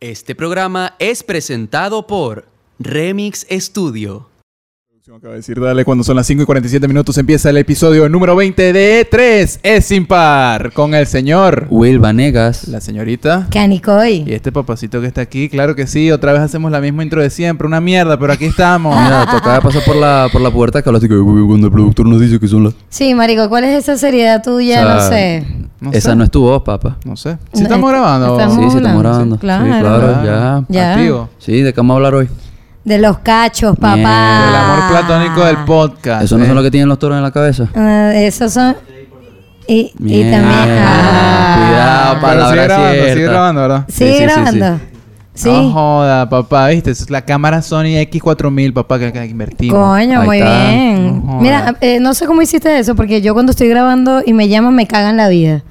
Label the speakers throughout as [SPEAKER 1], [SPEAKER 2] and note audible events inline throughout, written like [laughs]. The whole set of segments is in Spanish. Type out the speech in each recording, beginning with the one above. [SPEAKER 1] Este programa es presentado por Remix Studio.
[SPEAKER 2] Acaba de decir, dale, cuando son las 5 y 47 minutos empieza el episodio número 20 de 3 es impar con el señor,
[SPEAKER 1] Will Vanegas.
[SPEAKER 2] la señorita y
[SPEAKER 3] Canicoy.
[SPEAKER 2] este papacito que está aquí. Claro que sí, otra vez hacemos la misma intro de siempre, una mierda, pero aquí estamos.
[SPEAKER 3] Ah.
[SPEAKER 1] Mira,
[SPEAKER 3] [laughs]
[SPEAKER 1] tocaba pasar por la, por la puerta que hablaste que cuando el productor nos dice que son las...
[SPEAKER 3] Sí, marico, ¿cuál es esa seriedad tuya?
[SPEAKER 1] O sea,
[SPEAKER 3] no sé.
[SPEAKER 2] No
[SPEAKER 1] Esa
[SPEAKER 2] sé.
[SPEAKER 1] no es tu voz, papá.
[SPEAKER 2] No sé. Si estamos
[SPEAKER 3] Eh,
[SPEAKER 2] grabando.
[SPEAKER 3] estamos
[SPEAKER 1] sí, sí, estamos grabando.
[SPEAKER 3] hablando, sí, claro.
[SPEAKER 1] Sí, claro, ya.
[SPEAKER 3] Ya.
[SPEAKER 2] Activo.
[SPEAKER 1] Sí, ¿de qué vamos a hablar hoy?
[SPEAKER 3] De los cachos, papá.
[SPEAKER 1] Mierda.
[SPEAKER 2] El amor platónico del podcast.
[SPEAKER 1] Eso no
[SPEAKER 2] eh.
[SPEAKER 1] son lo que tienen los toros en la cabeza.
[SPEAKER 3] Ah, esos son. Y, y
[SPEAKER 1] Mierda.
[SPEAKER 3] también. Ah.
[SPEAKER 2] Pero
[SPEAKER 1] Cuidado,
[SPEAKER 2] sigue
[SPEAKER 1] palabra
[SPEAKER 2] grabando,
[SPEAKER 1] cierta.
[SPEAKER 2] sigue grabando, ¿verdad?
[SPEAKER 1] Sí, sí,
[SPEAKER 3] ¿Sigue
[SPEAKER 1] sí,
[SPEAKER 3] grabando? Sí.
[SPEAKER 2] No joda, papá, viste, es la cámara Sony X4000, papá, que, que invertimos.
[SPEAKER 3] Coño,
[SPEAKER 1] Ahí
[SPEAKER 3] muy
[SPEAKER 1] está.
[SPEAKER 3] bien.
[SPEAKER 2] No jodas.
[SPEAKER 3] Mira, eh, no sé cómo hiciste eso, porque yo cuando estoy grabando y me llaman, me cagan la vida.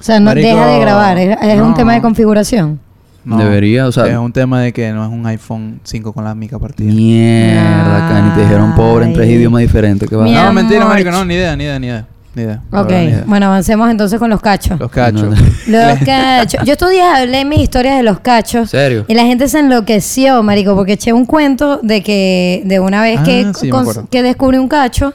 [SPEAKER 3] O sea, no
[SPEAKER 2] Marico,
[SPEAKER 3] deja de grabar. Es, es
[SPEAKER 2] no.
[SPEAKER 3] un tema de configuración.
[SPEAKER 1] Debería, o sea-
[SPEAKER 2] Es un tema de que no es un iPhone 5 con la mica partida.
[SPEAKER 1] Mierda, Cani. Te dijeron pobre en tres
[SPEAKER 3] Ah, Ay.
[SPEAKER 1] idiomas diferentes. ¿Qué va?
[SPEAKER 3] Mi
[SPEAKER 2] no, mentira,
[SPEAKER 3] amor.
[SPEAKER 2] marico, no, ni idea, ni idea, ni idea. Ni idea. la
[SPEAKER 3] Ok,
[SPEAKER 2] verdad, ni idea.
[SPEAKER 3] bueno, avancemos entonces con los cachos.
[SPEAKER 2] Los cachos.
[SPEAKER 3] Los cachos. Yo estos días hablé mis historias de los
[SPEAKER 1] ¿En
[SPEAKER 3] cachos.
[SPEAKER 1] serio?
[SPEAKER 3] Y la gente se enloqueció, marico, porque eché un cuento de que de una vez
[SPEAKER 2] Ah,
[SPEAKER 3] que,
[SPEAKER 2] sí, me
[SPEAKER 3] cons-
[SPEAKER 2] acuerdo.
[SPEAKER 3] que descubrí un cacho.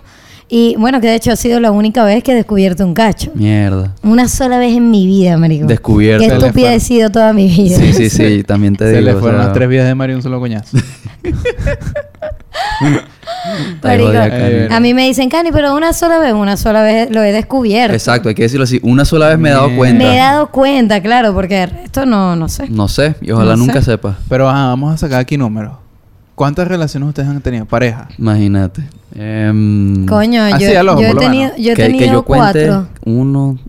[SPEAKER 3] Y bueno, que de hecho ha sido la única vez que he descubierto un cacho.
[SPEAKER 1] Mierda.
[SPEAKER 3] Una sola vez en mi vida, marico.
[SPEAKER 1] Descubierto.
[SPEAKER 3] Qué
[SPEAKER 2] Se le
[SPEAKER 3] estúpida
[SPEAKER 2] fue.
[SPEAKER 3] he sido toda mi vida.
[SPEAKER 1] Sí,
[SPEAKER 3] [laughs]
[SPEAKER 1] sí, sí. También [laughs] te
[SPEAKER 2] Se
[SPEAKER 1] digo.
[SPEAKER 2] le
[SPEAKER 1] o
[SPEAKER 2] fueron
[SPEAKER 1] sea,
[SPEAKER 2] las tres vidas de Mario un solo
[SPEAKER 1] [laughs]
[SPEAKER 2] coñazo.
[SPEAKER 1] está ahí jodida,
[SPEAKER 3] Marico,
[SPEAKER 1] Cani.
[SPEAKER 2] Eh,
[SPEAKER 3] A mí me dicen, Cani, pero una sola vez, una sola vez lo he descubierto.
[SPEAKER 1] Exacto, hay que decirlo así. Una sola vez me he dado
[SPEAKER 2] Me-
[SPEAKER 1] cuenta.
[SPEAKER 3] Me he dado cuenta, claro, porque esto no, no sé.
[SPEAKER 1] No sé, y ojalá
[SPEAKER 3] Pues, No sé.
[SPEAKER 1] nunca sepa.
[SPEAKER 2] Pero ajá, vamos a sacar aquí números. ¿Cuántas relaciones ustedes han tenido? Pareja.
[SPEAKER 1] Imagínate. Em,
[SPEAKER 3] Coño,
[SPEAKER 2] Mm. Así,
[SPEAKER 3] yo,
[SPEAKER 2] al ojo,
[SPEAKER 3] yo he
[SPEAKER 2] por lo
[SPEAKER 3] tenido,
[SPEAKER 2] menos.
[SPEAKER 3] yo he
[SPEAKER 1] que, que
[SPEAKER 3] tenido
[SPEAKER 1] yo cuente
[SPEAKER 3] cuatro.
[SPEAKER 1] uno,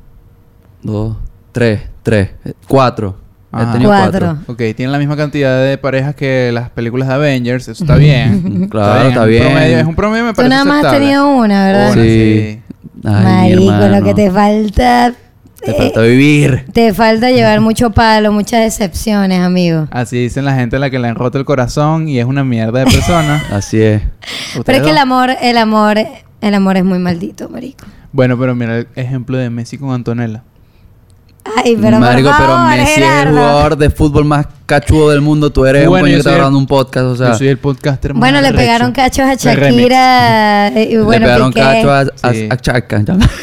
[SPEAKER 1] dos, tres, tres, eh, cuatro. He
[SPEAKER 2] Ajá.
[SPEAKER 1] tenido cuatro.
[SPEAKER 3] Cuatro.
[SPEAKER 2] Ok, tienen la misma cantidad de parejas que las películas de Avengers. Eso está
[SPEAKER 1] [laughs]
[SPEAKER 2] bien.
[SPEAKER 1] Claro, está
[SPEAKER 2] Es un
[SPEAKER 1] bien.
[SPEAKER 2] promedio, es un promedio, me
[SPEAKER 3] Tú
[SPEAKER 2] parece
[SPEAKER 3] nada más has
[SPEAKER 2] aceptable.
[SPEAKER 3] tenido una, ¿verdad?
[SPEAKER 2] Una,
[SPEAKER 1] Sí. Ay, mi
[SPEAKER 3] Marico,
[SPEAKER 1] hermano.
[SPEAKER 3] lo que te falta.
[SPEAKER 1] Te
[SPEAKER 3] eh,
[SPEAKER 1] falta vivir.
[SPEAKER 3] te falta llevar mucho palo, muchas decepciones, amigo.
[SPEAKER 1] Ah,
[SPEAKER 2] Así dicen la gente a la que le han roto el corazón y es una mierda de persona.
[SPEAKER 3] [laughs]
[SPEAKER 1] Así es.
[SPEAKER 3] Pero
[SPEAKER 2] Ustedes
[SPEAKER 3] es que el
[SPEAKER 2] dos.
[SPEAKER 3] amor, el amor, el amor es muy maldito, marico.
[SPEAKER 2] Bueno, pero mira el ejemplo de Messi con Antonella.
[SPEAKER 3] Ay, pero
[SPEAKER 1] Marico,
[SPEAKER 3] por
[SPEAKER 1] pero
[SPEAKER 3] favor,
[SPEAKER 1] Messi es el
[SPEAKER 3] Gerardo.
[SPEAKER 1] jugador de fútbol más cachudo del mundo. Tú eres
[SPEAKER 2] Bueno,
[SPEAKER 1] un coño
[SPEAKER 2] yo
[SPEAKER 1] que está
[SPEAKER 2] soy el-
[SPEAKER 1] grabando un podcast, o sea.
[SPEAKER 2] Yo soy el podcaster más
[SPEAKER 3] Bueno, le
[SPEAKER 2] arrecho.
[SPEAKER 3] pegaron cachos a
[SPEAKER 2] De remix.
[SPEAKER 3] Shakira. eh, y bueno,
[SPEAKER 1] le pegaron
[SPEAKER 3] Piqué.
[SPEAKER 1] cacho a, a,
[SPEAKER 2] Sí.
[SPEAKER 1] a Chaca.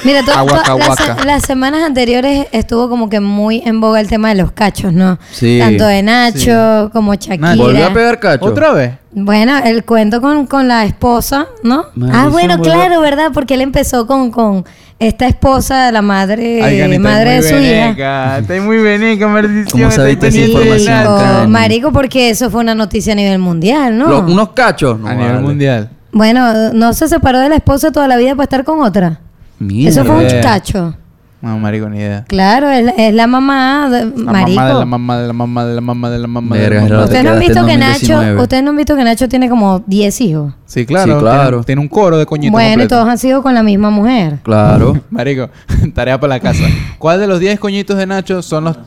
[SPEAKER 3] Mira, tú- tú-
[SPEAKER 2] Aguaca,
[SPEAKER 3] las,
[SPEAKER 2] aguaca.
[SPEAKER 3] se- las semanas anteriores estuvo como que muy en boga el tema de los cachos, ¿no?
[SPEAKER 1] Sí.
[SPEAKER 3] Tanto de Nacho como Shakira.
[SPEAKER 2] Nacho.
[SPEAKER 1] Volvió a pegar cacho.
[SPEAKER 2] ¿Otra vez?
[SPEAKER 3] Bueno, el cuento con, con la esposa, ¿no?
[SPEAKER 1] Madre,
[SPEAKER 3] ah,
[SPEAKER 1] eso
[SPEAKER 3] bueno,
[SPEAKER 1] es muy
[SPEAKER 3] claro, ¿verdad? Porque él empezó con, con esta esposa, la madre,
[SPEAKER 2] Ay, Gani, estás
[SPEAKER 3] madre de
[SPEAKER 2] muy
[SPEAKER 3] su hija.
[SPEAKER 2] veneca, Estás muy veneca, maldición.
[SPEAKER 1] ¿Cómo
[SPEAKER 2] estás
[SPEAKER 1] sabiste esa
[SPEAKER 2] pendiente de
[SPEAKER 1] información,
[SPEAKER 2] nada.
[SPEAKER 3] Marico,
[SPEAKER 1] Cani?
[SPEAKER 3] marico, porque eso fue una noticia a nivel mundial, ¿no?
[SPEAKER 1] Lo- unos cachos. No
[SPEAKER 2] A nivel
[SPEAKER 1] vale.
[SPEAKER 2] mundial.
[SPEAKER 3] Bueno, no se separó de la esposa toda la vida para estar con otra.
[SPEAKER 1] Mierda.
[SPEAKER 3] Eso fue un
[SPEAKER 2] Mierda.
[SPEAKER 3] cacho.
[SPEAKER 2] No, marico, ni idea.
[SPEAKER 3] Claro, es, la- es la mamá, de,
[SPEAKER 2] La
[SPEAKER 3] marico.
[SPEAKER 2] mamá de la mamá de la mamá de la mamá de la mamá de
[SPEAKER 1] Verga,
[SPEAKER 2] la mamá.
[SPEAKER 1] te
[SPEAKER 3] Ustedes no han
[SPEAKER 1] quedaste
[SPEAKER 3] visto
[SPEAKER 1] en
[SPEAKER 3] que
[SPEAKER 1] 2019.
[SPEAKER 3] Nacho, ustedes no han visto que Nacho tiene como 10 hijos.
[SPEAKER 2] Sí, claro.
[SPEAKER 1] Sí, claro.
[SPEAKER 2] Tiene, tiene un coro de coñitos
[SPEAKER 3] bueno, y
[SPEAKER 2] completo.
[SPEAKER 3] todos han sido con la misma mujer.
[SPEAKER 1] Claro.
[SPEAKER 2] Marico, tarea para la casa. ¿Cuál de los 10 coñitos de Nacho son los...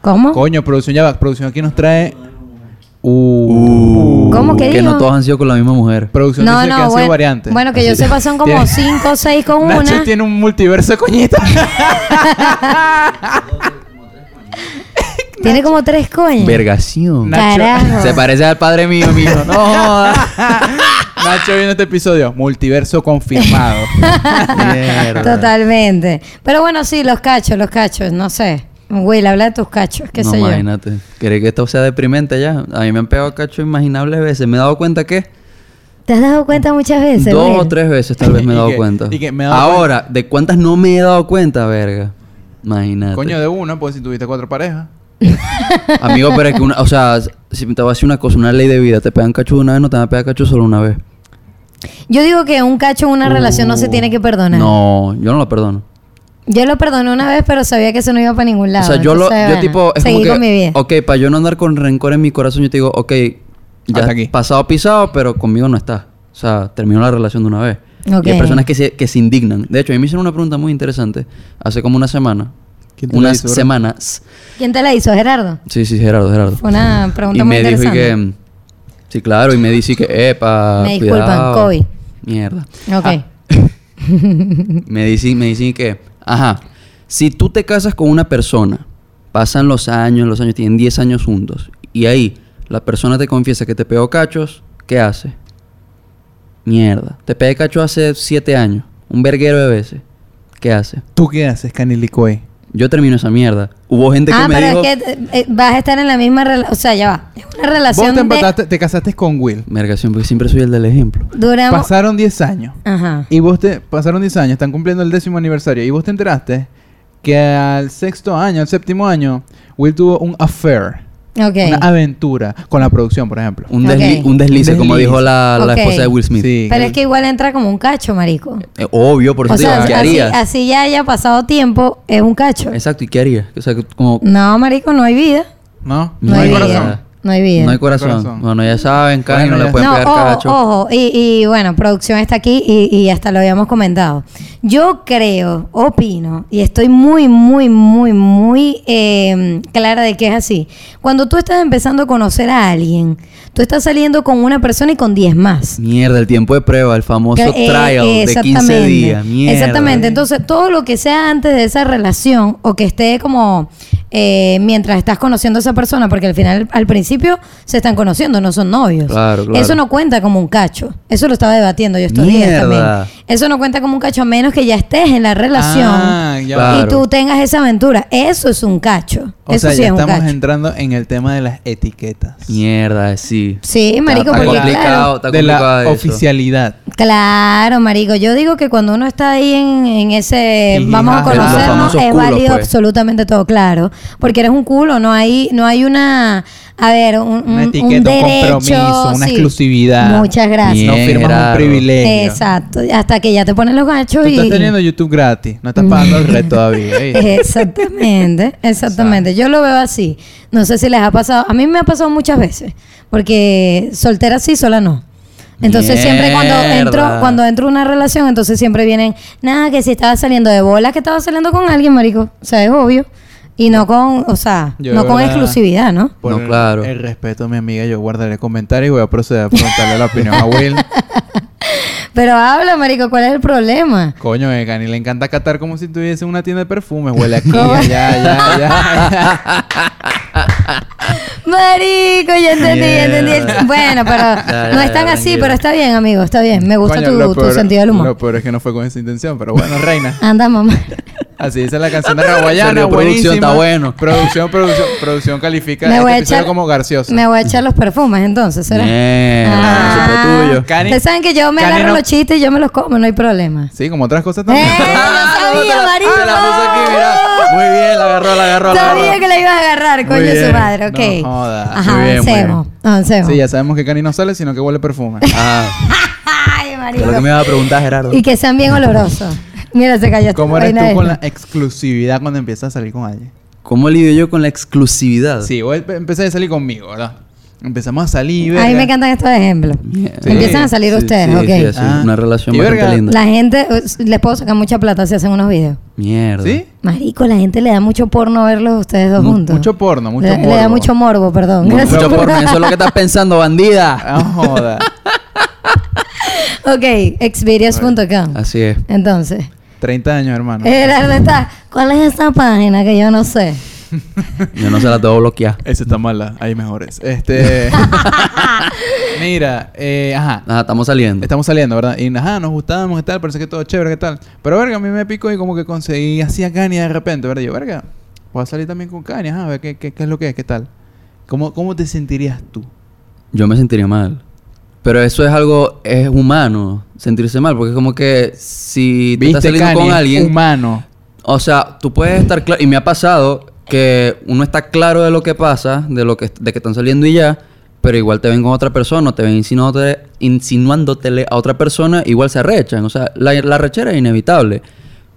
[SPEAKER 3] ¿Cómo?
[SPEAKER 2] Coño, producción ya va. Producción aquí nos trae...
[SPEAKER 1] Uh,
[SPEAKER 3] ¿Cómo que
[SPEAKER 1] Que no
[SPEAKER 3] dijo?
[SPEAKER 1] todos han sido con la misma mujer.
[SPEAKER 2] Producción dice que han sido
[SPEAKER 3] bueno,
[SPEAKER 2] variantes.
[SPEAKER 3] bueno, que yo
[SPEAKER 1] Así.
[SPEAKER 3] sepa son como
[SPEAKER 2] Tiene-
[SPEAKER 3] 5 o 6 con una.
[SPEAKER 2] Nacho tiene un multiverso de coñitos.
[SPEAKER 3] Tiene como 3 coñas.
[SPEAKER 1] Eh. Vergación.
[SPEAKER 2] Na- Nacho.
[SPEAKER 3] Carajo.
[SPEAKER 1] Se parece al padre mío, mijo. No jodas.
[SPEAKER 2] [laughs] Nacho viene este episodio. Multiverso
[SPEAKER 3] [laughs]
[SPEAKER 2] confirmado.
[SPEAKER 1] Mierda.
[SPEAKER 3] Totalmente. Pero bueno, sí, los cachos, los cachos, no sé. Will, habla de tus cachos, qué
[SPEAKER 1] no,
[SPEAKER 3] sé yo.
[SPEAKER 1] imagínate. ¿Querés que esto sea deprimente ya? A mí me han pegado cacho imaginables veces. Me he dado cuenta que
[SPEAKER 3] ¿Te has dado cuenta muchas veces?
[SPEAKER 1] dos
[SPEAKER 3] Will?
[SPEAKER 1] o tres veces tal vez me
[SPEAKER 2] [laughs]
[SPEAKER 1] he
[SPEAKER 2] Y
[SPEAKER 1] dado
[SPEAKER 2] que-
[SPEAKER 1] cuenta.
[SPEAKER 2] y que me he dado
[SPEAKER 1] Ahora, ¿de cuántas no me he dado cuenta, verga? Imagínate.
[SPEAKER 2] Coño de una, pues si tuviste cuatro parejas.
[SPEAKER 1] Amigo, pero es que una, o sea, si te voy a decir una cosa, una ley de vida, te pegan cacho una vez, no te van a pegar cacho solo una vez.
[SPEAKER 3] Yo digo que un cacho en una relación no se
[SPEAKER 1] Uh,
[SPEAKER 3] tiene que perdonar.
[SPEAKER 1] No, yo no lo perdono.
[SPEAKER 3] Yo lo perdoné una vez, pero sabía que eso no iba para ningún lado.
[SPEAKER 1] o sea, yo lo,
[SPEAKER 3] entonces,
[SPEAKER 1] yo
[SPEAKER 3] bueno,
[SPEAKER 1] tipo, es
[SPEAKER 3] seguí
[SPEAKER 1] como que,
[SPEAKER 3] con mi vida.
[SPEAKER 1] ok, para yo no andar con rencor en mi corazón, yo te digo, ok, ya
[SPEAKER 2] Hasta aquí.
[SPEAKER 1] pasado pisado, pero conmigo no está. O sea, terminó la relación de una vez.
[SPEAKER 3] Ok.
[SPEAKER 1] Y hay personas que se, que se indignan. De hecho, a mí me hicieron una pregunta muy interesante hace como una semana.
[SPEAKER 2] ¿Quién te la
[SPEAKER 1] Unas
[SPEAKER 2] hizo, bro?
[SPEAKER 1] semanas.
[SPEAKER 3] ¿Quién te la hizo, Gerardo?
[SPEAKER 1] Sí, sí, Gerardo, Gerardo.
[SPEAKER 3] Fue una pregunta
[SPEAKER 1] y
[SPEAKER 3] muy
[SPEAKER 1] me dijo y
[SPEAKER 3] interesante.
[SPEAKER 1] que... mm, Sí, claro, y me dice y que, epa,
[SPEAKER 3] Me disculpan,
[SPEAKER 1] cuidado.
[SPEAKER 3] COVID.
[SPEAKER 1] Mierda.
[SPEAKER 3] Ok.
[SPEAKER 1] Me dicen, me dicen que, ajá, si tú te casas con una persona, Pasan los años, los años, tienen 10 años juntos. Y ahí la persona te confiesa que te pegó cachos, ¿qué hace? Mierda. Te pegué cachos hace 7 años, un verguero de veces. ¿Qué hace?
[SPEAKER 2] ¿Tú qué haces, Canelicoe?
[SPEAKER 1] Yo termino esa mierda. Hubo gente que
[SPEAKER 3] ah,
[SPEAKER 1] me
[SPEAKER 3] pero
[SPEAKER 1] dijo...
[SPEAKER 3] es que eh, eh, vas a estar en la misma relación. O sea, ya va. Es una
[SPEAKER 2] Vos
[SPEAKER 3] relación
[SPEAKER 2] te,
[SPEAKER 3] de...
[SPEAKER 2] empataste- te casaste con Will.
[SPEAKER 1] Merga, siempre, pues, siempre soy el del ejemplo.
[SPEAKER 3] Duramos...
[SPEAKER 2] Pasaron 10 años.
[SPEAKER 3] Ajá.
[SPEAKER 2] Y vos te pasaron 10 años, están cumpliendo el décimo aniversario. Y vos te enteraste que al sexto año, al séptimo año, Will tuvo un affair.
[SPEAKER 3] Ok.
[SPEAKER 2] Una aventura con la producción, por ejemplo.
[SPEAKER 1] Un,
[SPEAKER 3] Ok.
[SPEAKER 1] desli- un deslice,
[SPEAKER 2] Un
[SPEAKER 1] como
[SPEAKER 2] desliz.
[SPEAKER 1] dijo la, la
[SPEAKER 3] Ok.
[SPEAKER 1] esposa de Will Smith.
[SPEAKER 2] Sí.
[SPEAKER 3] Pero es que igual entra como un cacho, marico.
[SPEAKER 1] Eh, obvio, por eso
[SPEAKER 3] o
[SPEAKER 1] te digo,
[SPEAKER 3] sea,
[SPEAKER 1] ¿qué
[SPEAKER 3] así,
[SPEAKER 1] harías?
[SPEAKER 3] así ya haya pasado tiempo, es un cacho.
[SPEAKER 1] Exacto, ¿y qué harías? O sea, que como...
[SPEAKER 3] No, marico, no hay vida.
[SPEAKER 2] ¿No?
[SPEAKER 3] No,
[SPEAKER 1] No
[SPEAKER 3] hay,
[SPEAKER 1] hay
[SPEAKER 3] vida.
[SPEAKER 1] corazón.
[SPEAKER 3] No hay vida.
[SPEAKER 1] No hay corazón.
[SPEAKER 2] Corazón.
[SPEAKER 1] Bueno, ya saben, Karen,
[SPEAKER 2] Bueno,
[SPEAKER 1] no
[SPEAKER 2] ya.
[SPEAKER 1] le pueden
[SPEAKER 3] no,
[SPEAKER 1] pegar
[SPEAKER 3] ojo,
[SPEAKER 1] cacho.
[SPEAKER 3] ojo. Y, y, bueno, producción está aquí y, y hasta lo habíamos comentado. Yo creo, opino, y estoy muy, muy, muy, muy eh, clara de que es así. Cuando tú estás empezando a conocer a alguien, tú estás saliendo con una persona y con 10 más.
[SPEAKER 1] Mierda, el tiempo de prueba, el famoso
[SPEAKER 3] Que- eh,
[SPEAKER 1] trial de 15
[SPEAKER 3] exactamente.
[SPEAKER 1] días. Mierda.
[SPEAKER 3] Exactamente. Entonces, todo lo que sea antes de esa relación o que esté como eh, mientras estás conociendo a esa persona, porque al final, al principio, se están conociendo, no son novios.
[SPEAKER 1] Claro, claro.
[SPEAKER 3] Eso no cuenta como un cacho. Eso lo estaba debatiendo yo estos días también.
[SPEAKER 1] Mierda.
[SPEAKER 3] Eso no cuenta como un cacho a menos que ya estés en la relación
[SPEAKER 2] Ah, ya
[SPEAKER 1] va.
[SPEAKER 3] y
[SPEAKER 1] Claro.
[SPEAKER 3] tú tengas esa aventura. Eso es un cacho.
[SPEAKER 2] O
[SPEAKER 3] Eso
[SPEAKER 2] sea,
[SPEAKER 3] sí
[SPEAKER 2] ya
[SPEAKER 3] es un
[SPEAKER 2] estamos
[SPEAKER 3] cacho.
[SPEAKER 2] entrando en el tema de las etiquetas.
[SPEAKER 1] Mierda, eh, sí.
[SPEAKER 3] Sí, marico,
[SPEAKER 1] está
[SPEAKER 3] porque claro,
[SPEAKER 1] complicado, está
[SPEAKER 2] de
[SPEAKER 1] complicado
[SPEAKER 2] la
[SPEAKER 1] eso.
[SPEAKER 2] oficialidad.
[SPEAKER 3] Claro, marico. Yo digo que cuando uno está ahí en, en ese
[SPEAKER 2] Sí,
[SPEAKER 3] vamos a
[SPEAKER 2] ajá. Pero los
[SPEAKER 3] conocernos,
[SPEAKER 1] famosos
[SPEAKER 3] es
[SPEAKER 1] culos,
[SPEAKER 3] válido
[SPEAKER 1] pues.
[SPEAKER 3] absolutamente todo, claro. Porque eres un culo, no hay, no hay una, a ver, un, un-
[SPEAKER 2] Una
[SPEAKER 3] un
[SPEAKER 2] etiqueta, un
[SPEAKER 3] derecho,
[SPEAKER 2] compromiso, una
[SPEAKER 3] sí.
[SPEAKER 2] exclusividad.
[SPEAKER 3] Muchas gracias.
[SPEAKER 2] No firmas un
[SPEAKER 1] Mierda.
[SPEAKER 2] privilegio.
[SPEAKER 3] Exacto. Hasta que ya te ponen los
[SPEAKER 2] Tú
[SPEAKER 3] ganchos y. Eh,
[SPEAKER 2] estás teniendo YouTube gratis. No estás pagando el red todavía. ¿viste?
[SPEAKER 1] [laughs]
[SPEAKER 3] [laughs] Exactamente, exactamente. Yo lo veo así. No sé si les ha pasado. A mí me ha pasado muchas veces. Porque soltera sí, sola no. Entonces siempre cuando entro,
[SPEAKER 1] Mierda.
[SPEAKER 3] cuando entro a una relación, entonces siempre vienen, nada, que si estaba saliendo de bola, que estaba saliendo con alguien, marico. O sea, es obvio. Y no con, o sea,
[SPEAKER 2] Yo
[SPEAKER 3] no
[SPEAKER 2] de
[SPEAKER 3] con
[SPEAKER 2] verdad-
[SPEAKER 3] exclusividad, ¿no?
[SPEAKER 2] Por
[SPEAKER 1] No,
[SPEAKER 2] el-
[SPEAKER 1] claro.
[SPEAKER 2] El respeto a mi amiga, yo guardaré comentarios y voy a proceder a preguntarle la opinión a
[SPEAKER 3] [laughs]
[SPEAKER 2] Will.
[SPEAKER 3] Pero habla, marico, ¿cuál es el problema?
[SPEAKER 2] Coño, eh, Gani le encanta catar como si tuviese una tienda de perfumes. Huele aquí, allá, allá, allá.
[SPEAKER 3] Marico, ya entendí, ya entendí. el- Bueno, pero
[SPEAKER 1] Ya,
[SPEAKER 3] no
[SPEAKER 1] ya,
[SPEAKER 3] es tan
[SPEAKER 1] ya,
[SPEAKER 3] así,
[SPEAKER 1] tranquilo.
[SPEAKER 3] pero está bien, amigo, está bien. [laughs] Me gusta
[SPEAKER 2] Coño,
[SPEAKER 3] tu,
[SPEAKER 2] lo
[SPEAKER 3] tu
[SPEAKER 2] peor-
[SPEAKER 3] sentido del humor.
[SPEAKER 2] Lo peor es que no fue con esa intención, pero bueno, reina.
[SPEAKER 3] Anda, mamá.
[SPEAKER 2] Así dice la canción de Raguayana,
[SPEAKER 1] Salió producción,
[SPEAKER 2] buenísima.
[SPEAKER 1] está bueno.
[SPEAKER 2] Producción, producción, producción califica
[SPEAKER 3] Me
[SPEAKER 2] este
[SPEAKER 3] voy a
[SPEAKER 2] episodio
[SPEAKER 3] echar-
[SPEAKER 2] como garcioso.
[SPEAKER 3] Me voy a echar los perfumes entonces, ¿será?
[SPEAKER 1] Mierda,
[SPEAKER 3] Ah.
[SPEAKER 1] eso fue tuyo.
[SPEAKER 2] Cani-
[SPEAKER 3] Ustedes saben que yo me
[SPEAKER 2] Cani
[SPEAKER 3] agarro
[SPEAKER 2] no-
[SPEAKER 3] los chistes y yo me los como, no hay problema.
[SPEAKER 2] Sí, como otras cosas
[SPEAKER 3] ¡Eh!
[SPEAKER 2] también.
[SPEAKER 3] ¡No sabía, marico!
[SPEAKER 1] Ah, la puso aquí, mira. Muy bien, la agarró, la agarró, la
[SPEAKER 3] Sabía
[SPEAKER 1] agarró.
[SPEAKER 3] que la ibas a agarrar, coño de
[SPEAKER 2] bien.
[SPEAKER 3] su madre, ok.
[SPEAKER 2] No joda.
[SPEAKER 3] Ajá,
[SPEAKER 1] Muy bien, muy
[SPEAKER 3] avancemos, avancemos.
[SPEAKER 2] Sí, ya sabemos que Cani no sale, sino que huele perfume.
[SPEAKER 1] Ah,
[SPEAKER 3] Ay,
[SPEAKER 1] ¿qué es lo que
[SPEAKER 3] marico.
[SPEAKER 1] me iba a preguntar, Gerardo.
[SPEAKER 3] Y que sean bien olorosos. Mira, se cayó esta
[SPEAKER 2] ¿Cómo eres
[SPEAKER 3] vaina
[SPEAKER 2] tú con la
[SPEAKER 3] esta.
[SPEAKER 2] exclusividad cuando empiezas a salir con alguien?
[SPEAKER 1] ¿Cómo lidio yo con la exclusividad?
[SPEAKER 2] Sí, vos empe- empezaste a salir conmigo, ¿verdad? Empezamos a salir,
[SPEAKER 3] A mí
[SPEAKER 2] verga.
[SPEAKER 3] me encantan estos ejemplos.
[SPEAKER 1] Mierda.
[SPEAKER 3] Empiezan a salir
[SPEAKER 1] eh? Sí,
[SPEAKER 3] ustedes,
[SPEAKER 1] sí, sí,
[SPEAKER 3] ok.
[SPEAKER 1] así,
[SPEAKER 2] Ah.
[SPEAKER 1] Una relación
[SPEAKER 2] Y verga.
[SPEAKER 1] bastante linda.
[SPEAKER 3] La gente, eh, les puedo sacar mucha plata si hacen unos videos.
[SPEAKER 1] Mierda.
[SPEAKER 2] ¿Sí?
[SPEAKER 3] Marico, la gente le da mucho porno verlos ustedes dos
[SPEAKER 2] Mu-
[SPEAKER 3] juntos.
[SPEAKER 2] mucho porno, mucho
[SPEAKER 3] le, Le da
[SPEAKER 2] morbo.
[SPEAKER 3] mucho morbo, perdón.
[SPEAKER 1] Mu-
[SPEAKER 3] Gracias
[SPEAKER 1] Mucho
[SPEAKER 3] por-
[SPEAKER 1] porno, eso es lo que estás pensando, bandida.
[SPEAKER 2] Ah, joda.
[SPEAKER 3] [laughs] ok, experience.com.
[SPEAKER 1] Así es.
[SPEAKER 3] Entonces,
[SPEAKER 2] 30 años, hermano.
[SPEAKER 3] Gerardo está. ¿Cuál es esta página que yo no sé?
[SPEAKER 1] Yo no se la tengo bloqueada.
[SPEAKER 2] Esa está mala, hay mejores. Este. Mira, eh, ajá.
[SPEAKER 1] Ajá, estamos saliendo.
[SPEAKER 2] Estamos saliendo, ¿verdad? Y ajá, nos gustábamos, qué tal, parece que todo chévere, qué tal. Pero verga, a mí me picó y como que conseguí así a Kanye de repente, ¿verdad? Y Yo, verga, voy a salir también con Kanye, ajá, a ver qué, qué, qué es lo que es, qué tal. ¿Cómo, cómo te sentirías tú?
[SPEAKER 1] Yo me sentiría mal. Pero eso es algo, es humano, sentirse mal, porque es como que si tú estás saliendo
[SPEAKER 2] Kanye,
[SPEAKER 1] con alguien,
[SPEAKER 2] humano.
[SPEAKER 1] o sea, tú puedes estar claro, y me ha pasado que uno está claro de lo que pasa, de lo que, de que están saliendo y ya, pero igual te ven con otra persona, o te ven insinuándote, insinuándotele a otra persona, igual se arrechan, o sea, la, la rechera es inevitable,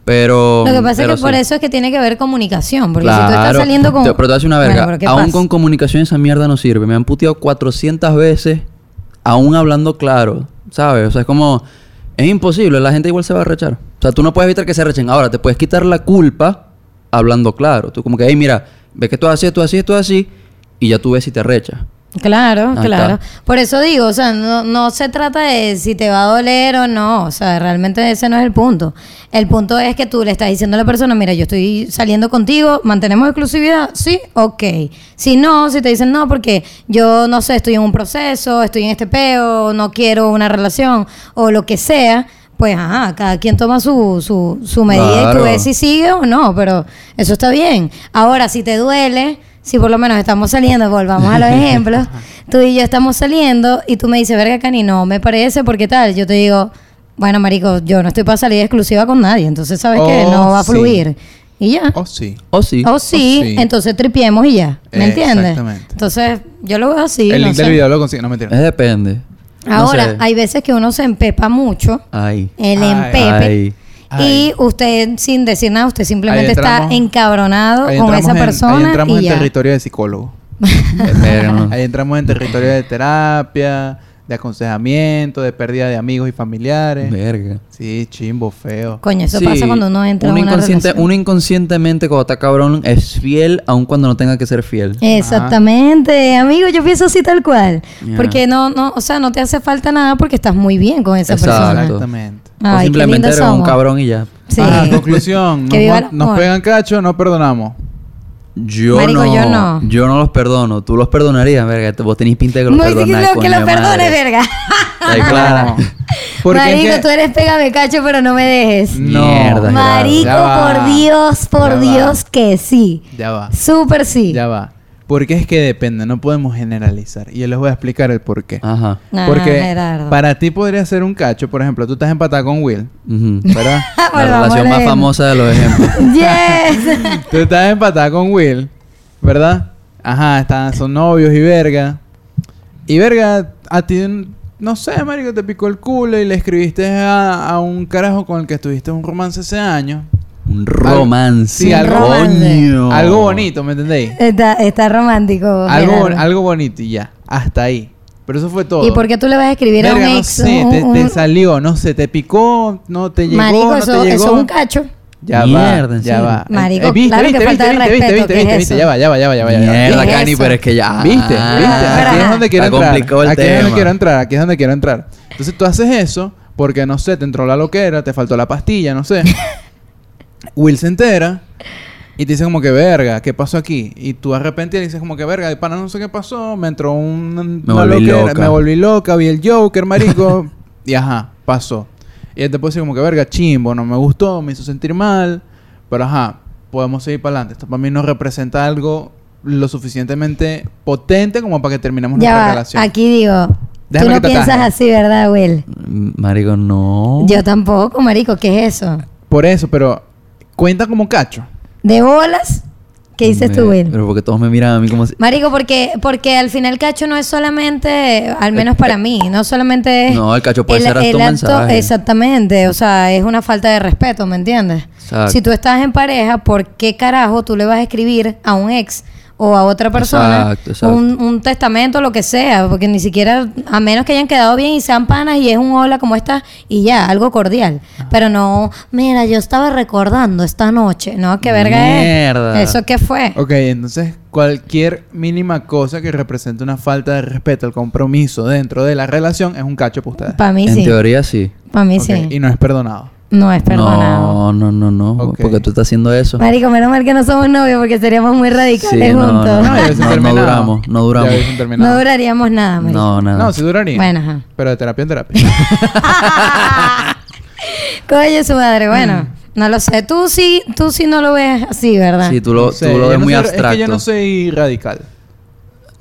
[SPEAKER 1] pero...
[SPEAKER 3] Lo que pasa es
[SPEAKER 1] Oh, pero
[SPEAKER 3] que por
[SPEAKER 1] sí.
[SPEAKER 3] eso es que tiene que ver comunicación. Porque si tú estás
[SPEAKER 1] Claro.
[SPEAKER 3] saliendo con.
[SPEAKER 1] Te- pero te voy a decir una
[SPEAKER 3] Bueno,
[SPEAKER 1] verga.
[SPEAKER 3] pero ¿qué
[SPEAKER 1] aún
[SPEAKER 3] pasa?
[SPEAKER 1] con comunicación esa mierda no sirve. Me han puteado 400 veces, aún hablando claro, ¿sabes? O sea, es como... Es imposible. La gente igual se va a rechar. O sea, tú no puedes evitar que se rechen. Ahora, te puedes quitar la culpa hablando claro. Tú como que, hey, mira, ves que tú así, tú así, tú así... Y ya tú ves si te rechas.
[SPEAKER 3] Claro,
[SPEAKER 1] está.
[SPEAKER 3] claro. Por eso digo, o sea, no, no se trata de si te va a doler o no. O sea, realmente ese no es el punto. El punto es que tú le estás diciendo a la persona, mira, yo estoy saliendo contigo, mantenemos exclusividad, sí, ok. Si no, si te dicen no, porque yo no sé, estoy en un proceso, estoy en este peo, no quiero una relación o lo que sea, pues ajá, cada quien toma su, su, su medida y
[SPEAKER 1] Claro.
[SPEAKER 3] tú ves si sigue o no, pero eso está bien. Ahora, si te duele, si por lo menos estamos saliendo, volvamos
[SPEAKER 2] [laughs]
[SPEAKER 3] a los ejemplos, tú y yo estamos saliendo y tú me dices, verga, Cani, no me parece porque tal, yo te digo, bueno, marico, yo no estoy para salir exclusiva con nadie, entonces sabes que
[SPEAKER 2] Oh,
[SPEAKER 3] no va a
[SPEAKER 2] sí.
[SPEAKER 3] fluir. Y ya.
[SPEAKER 2] Oh, sí.
[SPEAKER 1] O sí.
[SPEAKER 3] O sí,
[SPEAKER 2] Oh, sí.
[SPEAKER 3] entonces tripiemos y ya. ¿Me entiendes?
[SPEAKER 2] Exactamente.
[SPEAKER 3] Entonces, yo lo veo así.
[SPEAKER 2] el
[SPEAKER 3] no
[SPEAKER 2] link
[SPEAKER 3] sé.
[SPEAKER 2] del video lo consigo. No,
[SPEAKER 1] Es
[SPEAKER 2] mentira.
[SPEAKER 1] depende. No
[SPEAKER 3] Ahora,
[SPEAKER 1] sé.
[SPEAKER 3] hay veces que uno se empepa mucho.
[SPEAKER 1] Ay.
[SPEAKER 3] El
[SPEAKER 2] Ay.
[SPEAKER 3] empepe. [laughs]
[SPEAKER 1] Ay.
[SPEAKER 3] Y usted, sin decir nada, usted simplemente
[SPEAKER 2] Ahí entramos-
[SPEAKER 3] está encabronado
[SPEAKER 2] Ahí
[SPEAKER 3] con
[SPEAKER 2] entramos
[SPEAKER 3] esa
[SPEAKER 2] en-
[SPEAKER 3] persona.
[SPEAKER 2] Ahí entramos
[SPEAKER 3] y
[SPEAKER 2] en
[SPEAKER 3] ya.
[SPEAKER 2] territorio de psicólogo.
[SPEAKER 1] Pero,
[SPEAKER 2] Ahí entramos en territorio de terapia, de aconsejamiento, de pérdida de amigos y familiares.
[SPEAKER 1] Verga.
[SPEAKER 2] Sí, chimbo, feo.
[SPEAKER 3] Coño, eso
[SPEAKER 1] Sí,
[SPEAKER 3] pasa cuando uno entra
[SPEAKER 1] uno
[SPEAKER 3] en una
[SPEAKER 1] inconsciente,
[SPEAKER 3] relación.
[SPEAKER 1] Uno inconscientemente cuando está cabrón es fiel aun cuando no tenga que ser fiel.
[SPEAKER 3] Eh, Exactamente, amigo, yo pienso así tal cual.
[SPEAKER 1] Ya.
[SPEAKER 3] Porque no, no, o sea, no te hace falta nada porque estás muy bien con esa
[SPEAKER 1] Exacto.
[SPEAKER 3] persona.
[SPEAKER 2] Exactamente.
[SPEAKER 1] o
[SPEAKER 3] Ay, qué
[SPEAKER 1] simplemente
[SPEAKER 3] lindos
[SPEAKER 1] eres un
[SPEAKER 3] somos.
[SPEAKER 1] cabrón y ya.
[SPEAKER 3] Sí.
[SPEAKER 2] Ah, conclusión.
[SPEAKER 3] [laughs] Que
[SPEAKER 2] Nos,
[SPEAKER 3] viva
[SPEAKER 2] mon-
[SPEAKER 3] el
[SPEAKER 2] nos
[SPEAKER 3] amor.
[SPEAKER 2] pegan cacho, no perdonamos.
[SPEAKER 1] Yo
[SPEAKER 3] Marico,
[SPEAKER 1] no,
[SPEAKER 3] yo no.
[SPEAKER 1] yo no los perdono. Tú los perdonarías, verga. Tú- Vos tenés pinta de que los
[SPEAKER 3] Muy
[SPEAKER 1] perdonáis.
[SPEAKER 3] difícil que lo perdones, verga.
[SPEAKER 1] Ay, clara.
[SPEAKER 3] [laughs]
[SPEAKER 2] No. [laughs] Porque es
[SPEAKER 3] Marico,
[SPEAKER 2] que-
[SPEAKER 3] tú eres pégame cacho, pero no me dejes.
[SPEAKER 1] No. Mierda,
[SPEAKER 3] Marico,
[SPEAKER 2] Ya va.
[SPEAKER 3] por Dios, por
[SPEAKER 2] Ya va.
[SPEAKER 3] Dios que sí.
[SPEAKER 2] Ya va.
[SPEAKER 3] Súper sí.
[SPEAKER 2] Ya va. Porque es que depende, no podemos generalizar. Y yo les voy a explicar el por qué.
[SPEAKER 1] Ajá.
[SPEAKER 3] Ah,
[SPEAKER 2] Porque
[SPEAKER 3] Gerardo.
[SPEAKER 2] para ti podría ser un cacho, por ejemplo, tú estás empatada con Will,
[SPEAKER 3] [laughs]
[SPEAKER 1] Ujú.
[SPEAKER 2] ¿verdad?
[SPEAKER 3] Ah,
[SPEAKER 1] La
[SPEAKER 3] por favor,
[SPEAKER 1] relación más
[SPEAKER 3] ven.
[SPEAKER 1] famosa de los ejemplos.
[SPEAKER 2] [laughs]
[SPEAKER 3] Yes.
[SPEAKER 2] tú estás empatada con Will, ¿verdad? Ajá, están, son novios y verga. Y verga, a ti, no sé, marico, te picó el culo y le escribiste a, a un carajo con el que estuviste en un romance hace años.
[SPEAKER 1] Un romance.
[SPEAKER 2] sí, algo-
[SPEAKER 1] Coño.
[SPEAKER 2] Algo bonito, ¿me entendéis?
[SPEAKER 3] está, está romántico.
[SPEAKER 2] Algo,
[SPEAKER 3] Oh, Gerardo.
[SPEAKER 2] algo bonito y ya, hasta ahí. Pero eso fue todo.
[SPEAKER 3] ¿Y por qué tú le vas a escribir a
[SPEAKER 2] Verga,
[SPEAKER 3] un
[SPEAKER 2] no
[SPEAKER 3] ex?
[SPEAKER 2] sé,
[SPEAKER 3] un-
[SPEAKER 2] te, te
[SPEAKER 3] un-
[SPEAKER 2] salió, no sé, te picó, no te llegó,
[SPEAKER 3] Marico,
[SPEAKER 2] no
[SPEAKER 3] eso,
[SPEAKER 2] te llegó.
[SPEAKER 3] eso es un cacho.
[SPEAKER 2] Ya
[SPEAKER 1] Mierda,
[SPEAKER 2] va,
[SPEAKER 1] ¿en
[SPEAKER 2] ya
[SPEAKER 1] serio?
[SPEAKER 2] va.
[SPEAKER 3] Marico,
[SPEAKER 2] Eh, viste,
[SPEAKER 3] claro que
[SPEAKER 2] viste,
[SPEAKER 3] falta de
[SPEAKER 2] viste, viste,
[SPEAKER 3] respeto,
[SPEAKER 2] viste,
[SPEAKER 3] ¿qué es
[SPEAKER 2] viste, viste,
[SPEAKER 3] eso?
[SPEAKER 2] ya va, ya va, ya va, ya va. ya va.
[SPEAKER 1] Mierda,
[SPEAKER 3] ¿Qué es
[SPEAKER 1] Cani,
[SPEAKER 3] eso? Ah,
[SPEAKER 1] pero es que ya. Ah.
[SPEAKER 2] Viste, viste, aquí es
[SPEAKER 3] Ajá.
[SPEAKER 2] donde quiero
[SPEAKER 1] Está
[SPEAKER 2] entrar.
[SPEAKER 1] complicado el
[SPEAKER 2] aquí es donde
[SPEAKER 1] tema.
[SPEAKER 2] quiero entrar, aquí es donde quiero entrar. Entonces tú haces eso porque no sé, te entró la loquera, te faltó la pastilla, no
[SPEAKER 1] [laughs]
[SPEAKER 2] sé. Will se entera y te dice como que verga, ¿qué pasó aquí? Y tú arrepentido y dices como que verga, para no sé qué pasó, me entró un,
[SPEAKER 1] Me
[SPEAKER 2] una
[SPEAKER 1] volví
[SPEAKER 2] loquera,
[SPEAKER 1] loca.
[SPEAKER 2] me volví loca, vi el Joker, marico, [laughs] y ajá, pasó. Y él te puede decir como que verga, chimbo, no me gustó, me hizo sentir mal, pero ajá, podemos seguir para adelante. Esto para mí no representa algo lo suficientemente potente como para que terminemos
[SPEAKER 3] Ya
[SPEAKER 2] nuestra
[SPEAKER 3] va,
[SPEAKER 2] relación.
[SPEAKER 3] aquí digo.
[SPEAKER 2] Déjame que
[SPEAKER 3] tú no
[SPEAKER 2] te
[SPEAKER 3] piensas
[SPEAKER 2] ataje.
[SPEAKER 3] así, ¿verdad, Will?
[SPEAKER 1] Marico, no.
[SPEAKER 3] Yo tampoco, marico. ¿Qué es eso?
[SPEAKER 2] Por eso, pero cuenta como cacho.
[SPEAKER 3] ¿De bolas? ¿Qué dices tú,
[SPEAKER 1] Me-
[SPEAKER 3] Will?
[SPEAKER 1] Pero porque todos me miran a mí como si.
[SPEAKER 3] Marico, porque, porque al final cacho no es solamente, al menos para mí, no solamente es...
[SPEAKER 1] No, el cacho puede ser hasta un mensaje.
[SPEAKER 3] Exactamente, o sea, es una falta de respeto, ¿me entiendes?
[SPEAKER 1] Exacto.
[SPEAKER 3] Si tú estás en pareja, ¿por qué carajo tú le vas a escribir a un ex o a otra persona
[SPEAKER 1] Exacto, exacto.
[SPEAKER 3] Un, un testamento, lo que sea? Porque ni siquiera, a menos que hayan quedado bien y sean panas y es un hola como estás y ya, algo cordial.
[SPEAKER 1] Ah.
[SPEAKER 3] Pero no, mira, yo estaba recordando esta noche, ¿no? ¿Qué verga
[SPEAKER 1] Mierda.
[SPEAKER 3] es? ¿Eso qué fue?
[SPEAKER 2] Ok, entonces cualquier mínima cosa que represente una falta de respeto al compromiso dentro de la relación es un cacho para ustedes.
[SPEAKER 3] Para mí
[SPEAKER 1] en
[SPEAKER 3] sí.
[SPEAKER 1] teoría sí.
[SPEAKER 3] Para mí
[SPEAKER 2] Ok, Y
[SPEAKER 3] sí.
[SPEAKER 2] no es perdonado.
[SPEAKER 3] No es perdonado.
[SPEAKER 1] No, no, no, no.
[SPEAKER 2] Ok.
[SPEAKER 1] Porque tú estás haciendo eso.
[SPEAKER 3] Marico, menos mal que no somos novios porque seríamos muy radicales
[SPEAKER 1] Sí, no, no,
[SPEAKER 3] juntos. No, [laughs]
[SPEAKER 2] ya hubiesen
[SPEAKER 1] no
[SPEAKER 2] terminado.
[SPEAKER 1] duramos, no duramos.
[SPEAKER 2] Ya hubiesen [laughs] terminado.
[SPEAKER 3] duraríamos nada, marico.
[SPEAKER 1] No, nada.
[SPEAKER 2] No, sí duraría.
[SPEAKER 3] Bueno, ajá.
[SPEAKER 2] Pero de terapia en terapia.
[SPEAKER 3] [laughs] Coño, su madre,
[SPEAKER 2] Mm.
[SPEAKER 3] bueno. No lo sé. Tú sí, tú sí no lo ves así, ¿verdad?
[SPEAKER 1] Sí, tú
[SPEAKER 2] No
[SPEAKER 1] lo,
[SPEAKER 2] sé,
[SPEAKER 1] tú lo
[SPEAKER 2] yo
[SPEAKER 1] ves
[SPEAKER 2] no
[SPEAKER 1] muy
[SPEAKER 2] soy-
[SPEAKER 1] abstracto.
[SPEAKER 2] Es que yo no soy radical.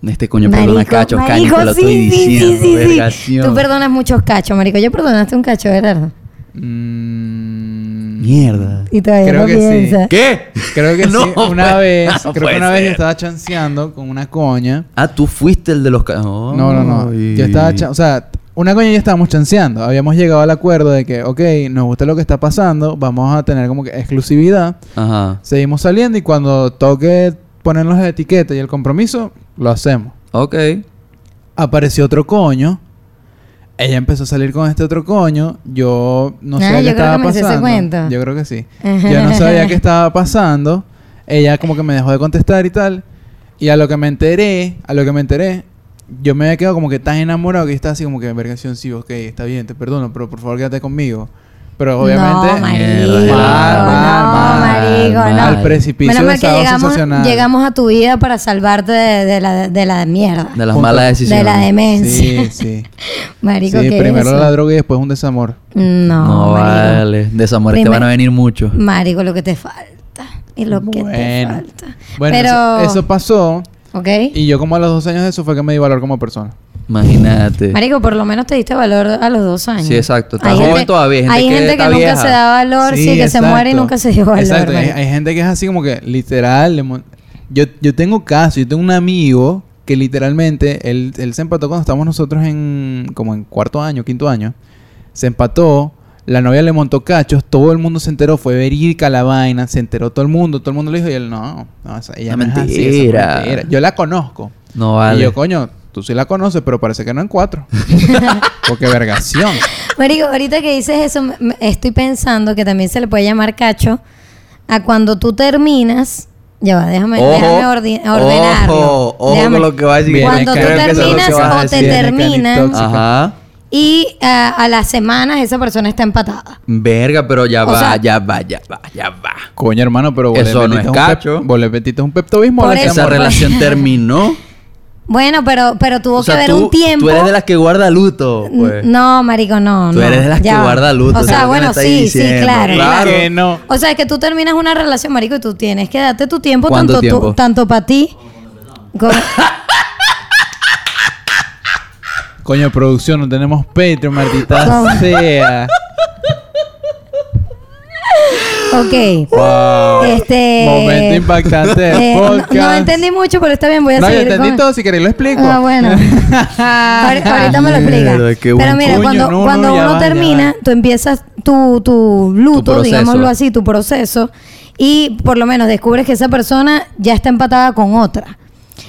[SPEAKER 1] Este coño perdona cachos, Cani, te lo
[SPEAKER 3] sí,
[SPEAKER 1] estoy diciendo.
[SPEAKER 3] sí, sí, sí, sí.
[SPEAKER 1] vergación.
[SPEAKER 3] Tú perdonas muchos cachos, marico. Yo perdonaste un cacho, Gerardo.
[SPEAKER 2] Mm,
[SPEAKER 1] Mierda.
[SPEAKER 3] Y todavía
[SPEAKER 2] Creo
[SPEAKER 3] no
[SPEAKER 2] que sí.
[SPEAKER 3] piensas.
[SPEAKER 1] ¿Qué?
[SPEAKER 2] Creo que
[SPEAKER 1] No,
[SPEAKER 2] sí. Una
[SPEAKER 1] pues,
[SPEAKER 2] vez,
[SPEAKER 1] no
[SPEAKER 2] creo que
[SPEAKER 1] puede
[SPEAKER 2] una vez
[SPEAKER 1] ser.
[SPEAKER 2] yo estaba chanceando con una coña.
[SPEAKER 1] Ah, tú fuiste el de los cachos.
[SPEAKER 2] No, no, no. Yo estaba, cha- o sea, una coña y yo estábamos chanceando. Habíamos llegado al acuerdo de que, ok, nos gusta lo que está pasando, vamos a tener como que exclusividad.
[SPEAKER 1] Ajá.
[SPEAKER 2] Seguimos saliendo y cuando toque ponernos la etiqueta y el compromiso, lo hacemos.
[SPEAKER 1] Ok.
[SPEAKER 2] Apareció otro coño. Ella empezó a salir con este otro coño. Yo no
[SPEAKER 3] Ah,
[SPEAKER 2] sabía
[SPEAKER 3] yo
[SPEAKER 2] qué
[SPEAKER 3] creo
[SPEAKER 2] estaba
[SPEAKER 3] que me hice ese
[SPEAKER 2] pasando.
[SPEAKER 3] cuento.
[SPEAKER 2] Yo creo que sí. Yo
[SPEAKER 3] [laughs]
[SPEAKER 2] no sabía qué estaba pasando. Ella como que me dejó de contestar y tal. Y a lo que me enteré, a lo que me enteré, yo me había quedado como que tan enamorado que yo estaba así como que, vergación, sí, ok, está bien, te perdono, pero por favor quédate conmigo. Pero obviamente.
[SPEAKER 3] No, marico,
[SPEAKER 1] Mierda,
[SPEAKER 2] mal, mal,
[SPEAKER 3] no,
[SPEAKER 2] mal,
[SPEAKER 3] marico, no.
[SPEAKER 2] Al precipicio
[SPEAKER 3] Menos mal
[SPEAKER 2] de
[SPEAKER 3] que
[SPEAKER 2] sábado
[SPEAKER 3] llegamos,
[SPEAKER 2] sensacional.
[SPEAKER 3] llegamos a tu vida para salvarte de, de la, de la mierda.
[SPEAKER 1] De las
[SPEAKER 2] Punto.
[SPEAKER 1] malas decisiones.
[SPEAKER 3] De la demencia.
[SPEAKER 2] Sí, sí.
[SPEAKER 3] [laughs] Marico,
[SPEAKER 2] sí,
[SPEAKER 3] ¿qué es
[SPEAKER 2] primero
[SPEAKER 3] eso?
[SPEAKER 2] la droga y después un desamor.
[SPEAKER 3] No,
[SPEAKER 1] No
[SPEAKER 3] marico.
[SPEAKER 1] vale. De esa muerte
[SPEAKER 3] Primer-
[SPEAKER 1] van a venir muchos.
[SPEAKER 3] Marico, lo que te falta. Y lo que te falta.
[SPEAKER 2] Bueno,
[SPEAKER 3] Pero,
[SPEAKER 2] eso, eso pasó.
[SPEAKER 3] ¿ok?
[SPEAKER 2] Y yo, como a los dos años de eso, fue que me di valor como persona.
[SPEAKER 1] Imagínate.
[SPEAKER 3] Marico, por lo menos te diste valor a los dos años.
[SPEAKER 1] Sí, exacto. Estás
[SPEAKER 3] Hay
[SPEAKER 1] joven
[SPEAKER 3] gente,
[SPEAKER 1] todavía, hay gente
[SPEAKER 3] hay
[SPEAKER 1] que
[SPEAKER 3] gente que,
[SPEAKER 1] está
[SPEAKER 3] nunca
[SPEAKER 1] vieja.
[SPEAKER 3] se da valor, sí, que se
[SPEAKER 2] exacto.
[SPEAKER 3] muere y nunca se dio valor.
[SPEAKER 2] Exacto. Hay,
[SPEAKER 3] marico.
[SPEAKER 2] hay gente que es así como que literal. le mon- Yo, yo tengo caso, yo tengo un amigo que literalmente, él, él se empató cuando estábamos nosotros en como en cuarto año, quinto año. Se empató, la novia le montó cachos, todo el mundo se enteró, fue verídica la vaina, se enteró todo el mundo, todo el mundo le dijo y él no, no, esa- ella
[SPEAKER 1] Una
[SPEAKER 2] no es así, esa fue
[SPEAKER 1] mentira.
[SPEAKER 2] mentira. Yo la conozco.
[SPEAKER 1] No vale.
[SPEAKER 2] Y yo, coño, tú sí la conoces, pero parece que no en cuatro. [laughs] Porque vergación.
[SPEAKER 3] Marico, ahorita que dices eso, me- me- estoy pensando que también se le puede llamar cacho a cuando tú terminas. Ya va, déjame,
[SPEAKER 1] Ojo,
[SPEAKER 3] déjame ordi- ordenarlo.
[SPEAKER 1] Ojo, ojo
[SPEAKER 3] Déjame.
[SPEAKER 1] con lo que va a decir.
[SPEAKER 2] Bien,
[SPEAKER 3] Cuando tú
[SPEAKER 2] creo que eso es lo que
[SPEAKER 3] terminas
[SPEAKER 2] vas a
[SPEAKER 3] o te
[SPEAKER 2] decir.
[SPEAKER 3] terminan
[SPEAKER 2] Mecanic
[SPEAKER 1] Ajá.
[SPEAKER 3] y ah, a las semanas esa persona está empatada.
[SPEAKER 1] Verga, pero ya
[SPEAKER 3] O
[SPEAKER 1] va,
[SPEAKER 3] sea-
[SPEAKER 1] ya va, ya va, ya va.
[SPEAKER 2] Coño, hermano, pero vos
[SPEAKER 1] Eso
[SPEAKER 2] le
[SPEAKER 1] no
[SPEAKER 2] metiste
[SPEAKER 1] es
[SPEAKER 2] un pep-
[SPEAKER 1] cacho.
[SPEAKER 2] vos le metiste un peptobismo a
[SPEAKER 3] Por
[SPEAKER 2] la
[SPEAKER 3] eso,
[SPEAKER 1] Esa
[SPEAKER 2] chamorra.
[SPEAKER 3] [laughs]
[SPEAKER 1] relación terminó.
[SPEAKER 3] Bueno, pero, pero tuvo
[SPEAKER 1] O sea,
[SPEAKER 3] que haber
[SPEAKER 1] tú-
[SPEAKER 3] un tiempo.
[SPEAKER 1] Tú eres de las que guarda luto,
[SPEAKER 3] N-
[SPEAKER 1] pues.
[SPEAKER 3] No, marico, no.
[SPEAKER 1] Tú
[SPEAKER 3] no.
[SPEAKER 1] eres de las que
[SPEAKER 3] Ya va.
[SPEAKER 1] guarda luto, es lo
[SPEAKER 3] O
[SPEAKER 1] que
[SPEAKER 3] sea,
[SPEAKER 1] me
[SPEAKER 3] bueno,
[SPEAKER 1] estás
[SPEAKER 3] sí, sí,
[SPEAKER 1] diciendo,
[SPEAKER 3] claro.
[SPEAKER 1] Claro.
[SPEAKER 2] Que no.
[SPEAKER 3] O sea, es que tú terminas una relación, marico, y tú tienes que darte tu tiempo
[SPEAKER 1] ¿Cuánto
[SPEAKER 3] tanto
[SPEAKER 1] tiempo?
[SPEAKER 3] tú- tanto para ti.
[SPEAKER 1] [laughs]
[SPEAKER 3] como-
[SPEAKER 2] Coño, producción, no tenemos Patreon,
[SPEAKER 3] [laughs]
[SPEAKER 2] maldita
[SPEAKER 3] No.
[SPEAKER 2] sea.
[SPEAKER 3] Ok. Este.
[SPEAKER 2] Momento impactante del
[SPEAKER 3] eh, no-
[SPEAKER 2] podcast.
[SPEAKER 3] no, entendí mucho, pero está bien, voy a
[SPEAKER 2] No, yo
[SPEAKER 3] seguir.
[SPEAKER 2] entendí
[SPEAKER 3] con-
[SPEAKER 2] todo, si queréis lo explico. [laughs]
[SPEAKER 3] Ah, bueno. Ahori-
[SPEAKER 2] Ah.
[SPEAKER 3] ahorita me lo explica.
[SPEAKER 1] Mierda, qué buen
[SPEAKER 3] Pero mira,
[SPEAKER 2] coño,
[SPEAKER 3] cuando,
[SPEAKER 2] no,
[SPEAKER 3] cuando
[SPEAKER 2] no, ya
[SPEAKER 3] uno
[SPEAKER 2] va, ya
[SPEAKER 3] termina,
[SPEAKER 2] va.
[SPEAKER 3] tú empiezas tu, tu luto,
[SPEAKER 1] proceso.
[SPEAKER 3] digámoslo así, tu proceso, y por lo menos descubres que esa persona ya está empatada con otra.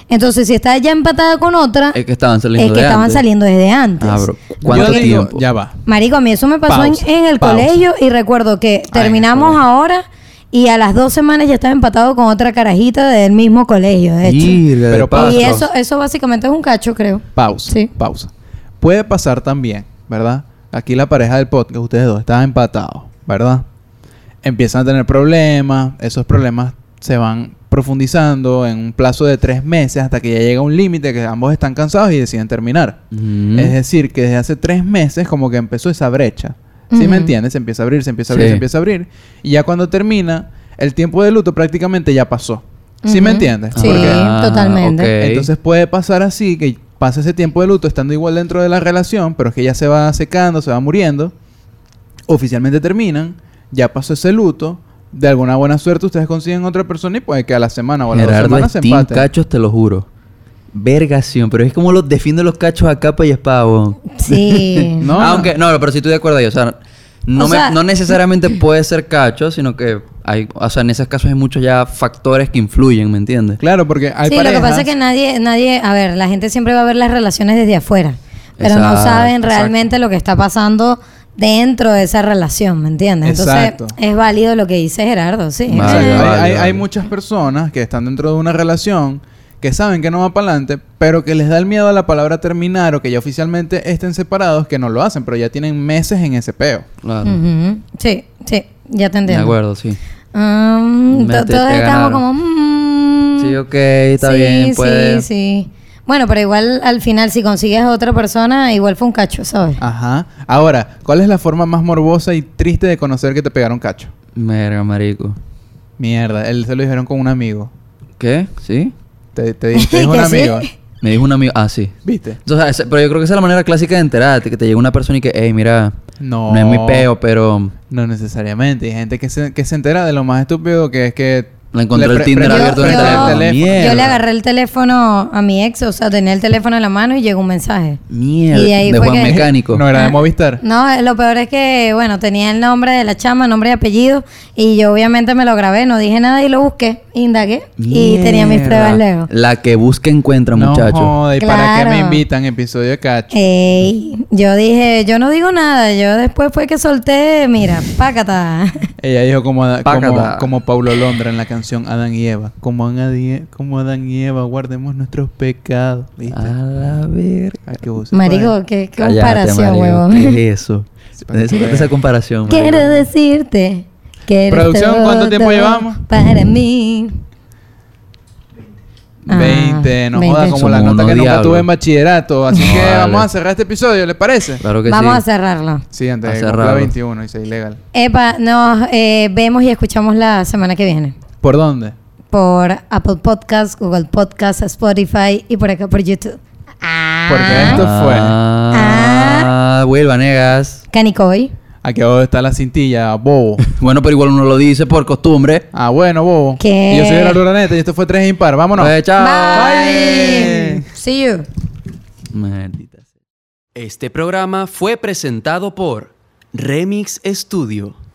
[SPEAKER 3] Entonces, si está ya empatada con otra,
[SPEAKER 1] Es que estaban saliendo
[SPEAKER 3] es que
[SPEAKER 1] de
[SPEAKER 3] estaban
[SPEAKER 1] antes.
[SPEAKER 3] saliendo desde antes.
[SPEAKER 1] Ah, bro. ¿Cuánto
[SPEAKER 2] Yo digo,
[SPEAKER 1] tiempo?
[SPEAKER 2] ya va.
[SPEAKER 3] Marico, a mí eso me pasó en,
[SPEAKER 2] Pausa,
[SPEAKER 3] en el
[SPEAKER 2] pausa.
[SPEAKER 3] colegio y recuerdo que terminamos ahora y a las dos semanas ya estaba empatado con otra carajita del mismo colegio, de hecho. Y,
[SPEAKER 1] Mierda, de
[SPEAKER 2] Pero
[SPEAKER 1] paso.
[SPEAKER 2] paso.
[SPEAKER 3] eso, eso básicamente es un cacho, creo.
[SPEAKER 2] Pausa.
[SPEAKER 3] Sí.
[SPEAKER 2] Pausa. Puede pasar también, ¿verdad? Aquí la pareja del podcast, ustedes dos, están empatados, ¿verdad? Empiezan a tener problemas, esos problemas se van profundizando en un plazo de tres meses hasta que ya llega un límite que ambos están cansados y deciden terminar.
[SPEAKER 1] Mm.
[SPEAKER 2] Es decir, que desde hace tres meses como que empezó esa brecha. ¿Sí
[SPEAKER 3] Ujú.
[SPEAKER 2] me entiendes? Se empieza a abrir, se empieza a abrir,
[SPEAKER 1] Sí.
[SPEAKER 2] se empieza a abrir. Y ya cuando termina, el tiempo de luto prácticamente ya pasó. ¿Sí me
[SPEAKER 3] Ujú.
[SPEAKER 2] entiendes?
[SPEAKER 3] Sí,
[SPEAKER 2] Porque ah,
[SPEAKER 3] totalmente.
[SPEAKER 1] ok.
[SPEAKER 2] entonces puede pasar así, que pasa ese tiempo de luto estando igual dentro de la relación, pero es que ya se va secando, se va muriendo. Oficialmente terminan, ya pasó ese luto. De alguna buena suerte ustedes consiguen otra persona y puede que a la semana o a las dos
[SPEAKER 1] Gerardo
[SPEAKER 2] semanas
[SPEAKER 1] es
[SPEAKER 2] se
[SPEAKER 1] team
[SPEAKER 2] empaten.
[SPEAKER 1] cachos, te lo juro. Vergación, pero es como los defiende los cachos a capa y espada, weón.
[SPEAKER 3] Sí.
[SPEAKER 2] [laughs] No, no.
[SPEAKER 1] Aunque, no, pero si estoy de acuerdo ahí, o sea, no,
[SPEAKER 3] O
[SPEAKER 1] me-
[SPEAKER 3] sea-
[SPEAKER 1] no necesariamente puede ser cacho, sino que hay, o sea, en esos casos hay muchos ya factores que influyen, ¿me entiendes?
[SPEAKER 2] Claro, porque hay
[SPEAKER 3] sí, lo que pasa es que nadie, nadie, a ver, la gente siempre va a ver las relaciones desde afuera, pero no
[SPEAKER 1] Exacto,
[SPEAKER 3] saben
[SPEAKER 1] exacto.
[SPEAKER 3] realmente lo que está pasando dentro de esa relación, ¿me entiendes? Entonces,
[SPEAKER 2] Exacto.
[SPEAKER 3] es válido lo que dice Gerardo, sí.
[SPEAKER 1] Vale,
[SPEAKER 2] Sí, hay,
[SPEAKER 1] vale,
[SPEAKER 2] hay-
[SPEAKER 1] vale.
[SPEAKER 2] hay muchas personas que están dentro de una relación que saben que no va para adelante, pero que les da el miedo a la palabra terminar o que ya oficialmente estén separados, que no lo hacen, pero ya tienen meses en ese peo.
[SPEAKER 1] Claro.
[SPEAKER 3] Ujú. Sí, sí, ya te
[SPEAKER 1] De
[SPEAKER 3] entiendo.
[SPEAKER 1] acuerdo, sí.
[SPEAKER 3] Mm,
[SPEAKER 1] Me
[SPEAKER 3] to-
[SPEAKER 1] te-
[SPEAKER 3] todos
[SPEAKER 1] te
[SPEAKER 3] estamos
[SPEAKER 1] ganaron.
[SPEAKER 3] como... mm,
[SPEAKER 1] Sí, ok, está
[SPEAKER 3] sí,
[SPEAKER 1] bien, puede.
[SPEAKER 3] Sí, sí. Bueno, pero igual al final si consigues a otra persona, igual fue un cacho, ¿sabes?
[SPEAKER 2] Ajá. Ahora, ¿cuál es la forma más morbosa y triste de conocer que te pegaron cacho?
[SPEAKER 1] Verga, marico.
[SPEAKER 2] Mierda, él se lo dijeron con un amigo.
[SPEAKER 1] ¿Qué? ¿Sí?
[SPEAKER 2] Te, te, di- te dijo
[SPEAKER 3] [laughs]
[SPEAKER 2] un
[SPEAKER 3] Que ¿Ah, sí.
[SPEAKER 2] amigo.
[SPEAKER 1] Me dijo un amigo, ah, sí.
[SPEAKER 2] ¿Viste?
[SPEAKER 1] O sea, ese- pero yo creo que esa es la manera clásica de enterarte, que te llega una persona y que, hey, mira,
[SPEAKER 2] No.
[SPEAKER 1] no, es mi peo, pero
[SPEAKER 2] No necesariamente. Hay gente que se, que se entera de lo más estúpido que es que...
[SPEAKER 1] La encontró
[SPEAKER 2] le
[SPEAKER 1] el
[SPEAKER 2] pre-
[SPEAKER 1] Tinder
[SPEAKER 2] pre-
[SPEAKER 1] Pero abierto en el
[SPEAKER 2] prende
[SPEAKER 1] teléfono. Mierda.
[SPEAKER 3] yo le agarré el teléfono a mi ex, o sea, tenía el teléfono en la mano y llegó un mensaje.
[SPEAKER 1] mierda,
[SPEAKER 3] Y de ahí
[SPEAKER 1] de
[SPEAKER 3] fue
[SPEAKER 1] Juan
[SPEAKER 3] que-
[SPEAKER 1] Mecánico.
[SPEAKER 2] No era de Movistar.
[SPEAKER 3] No, eh, lo peor es que, bueno, tenía el nombre de la chama, nombre y apellido, y yo obviamente me lo grabé, no dije nada y lo busqué. indagué y tenía mis
[SPEAKER 2] Mierda.
[SPEAKER 3] pruebas luego.
[SPEAKER 1] La que busca encuentra,
[SPEAKER 2] No
[SPEAKER 1] muchachos.
[SPEAKER 2] joda, ¿y para qué me
[SPEAKER 3] Claro. Eh.
[SPEAKER 2] invitan? Episodio de cacho.
[SPEAKER 3] Ey, yo dije, yo no digo nada. Yo después fue que solté, mira,
[SPEAKER 1] [laughs]
[SPEAKER 3] pácata.
[SPEAKER 2] Ella dijo como, Ada- como,
[SPEAKER 1] Pácata.
[SPEAKER 2] como Paulo Londra en la canción Adán y Eva. Como, Adán y- E, como Adán y Eva, guardemos nuestros pecados. ¿Viste?
[SPEAKER 1] A la verga.
[SPEAKER 2] Ay, qué buce.
[SPEAKER 3] Marico, qué qué
[SPEAKER 1] Cállate,
[SPEAKER 3] comparación,
[SPEAKER 1] marico, [laughs]
[SPEAKER 3] huevón. [laughs]
[SPEAKER 1] ¿Qué es eso?
[SPEAKER 2] Sí, para que
[SPEAKER 1] Necesito
[SPEAKER 2] veas.
[SPEAKER 1] esa comparación.
[SPEAKER 3] Quiero
[SPEAKER 1] marico.
[SPEAKER 3] decirte que eres
[SPEAKER 2] Producción, ¿cuánto
[SPEAKER 3] todo
[SPEAKER 2] tiempo llevamos?
[SPEAKER 3] Para mí. Ah,
[SPEAKER 2] 20, no
[SPEAKER 3] 20.
[SPEAKER 2] joda como la nota
[SPEAKER 1] Somos
[SPEAKER 2] que
[SPEAKER 1] unos
[SPEAKER 2] nunca
[SPEAKER 1] diablos.
[SPEAKER 2] tuve en bachillerato. Así
[SPEAKER 1] No,
[SPEAKER 2] que
[SPEAKER 1] vale.
[SPEAKER 2] vamos a cerrar este episodio, ¿le parece?
[SPEAKER 1] Claro que
[SPEAKER 3] Vamos a
[SPEAKER 1] sí.
[SPEAKER 3] cerrarlo.
[SPEAKER 2] Sí,
[SPEAKER 1] A
[SPEAKER 2] antes de cumpla
[SPEAKER 1] cerrarlo.
[SPEAKER 2] 21 y sea ilegal.
[SPEAKER 3] Epa, nos eh, vemos y escuchamos la semana que viene.
[SPEAKER 2] ¿Por dónde?
[SPEAKER 3] Por Apple Podcasts, Google Podcasts, Spotify y por acá por YouTube. Ah.
[SPEAKER 2] Porque esto fue.
[SPEAKER 1] Ah, vuelva, negas.
[SPEAKER 3] Canicoy.
[SPEAKER 2] Aquí abajo está la cintilla,
[SPEAKER 3] [laughs]
[SPEAKER 2] bobo.
[SPEAKER 1] Bueno, pero igual uno lo dice por costumbre.
[SPEAKER 2] Ah, bueno, bobo.
[SPEAKER 3] ¿Qué?
[SPEAKER 2] Y yo soy el Luraneta y esto fue Tres Impar. Vámonos.
[SPEAKER 1] Pues, chao.
[SPEAKER 2] Bye.
[SPEAKER 3] See you.
[SPEAKER 1] Maldita sea. Este programa fue presentado por Remix Studio.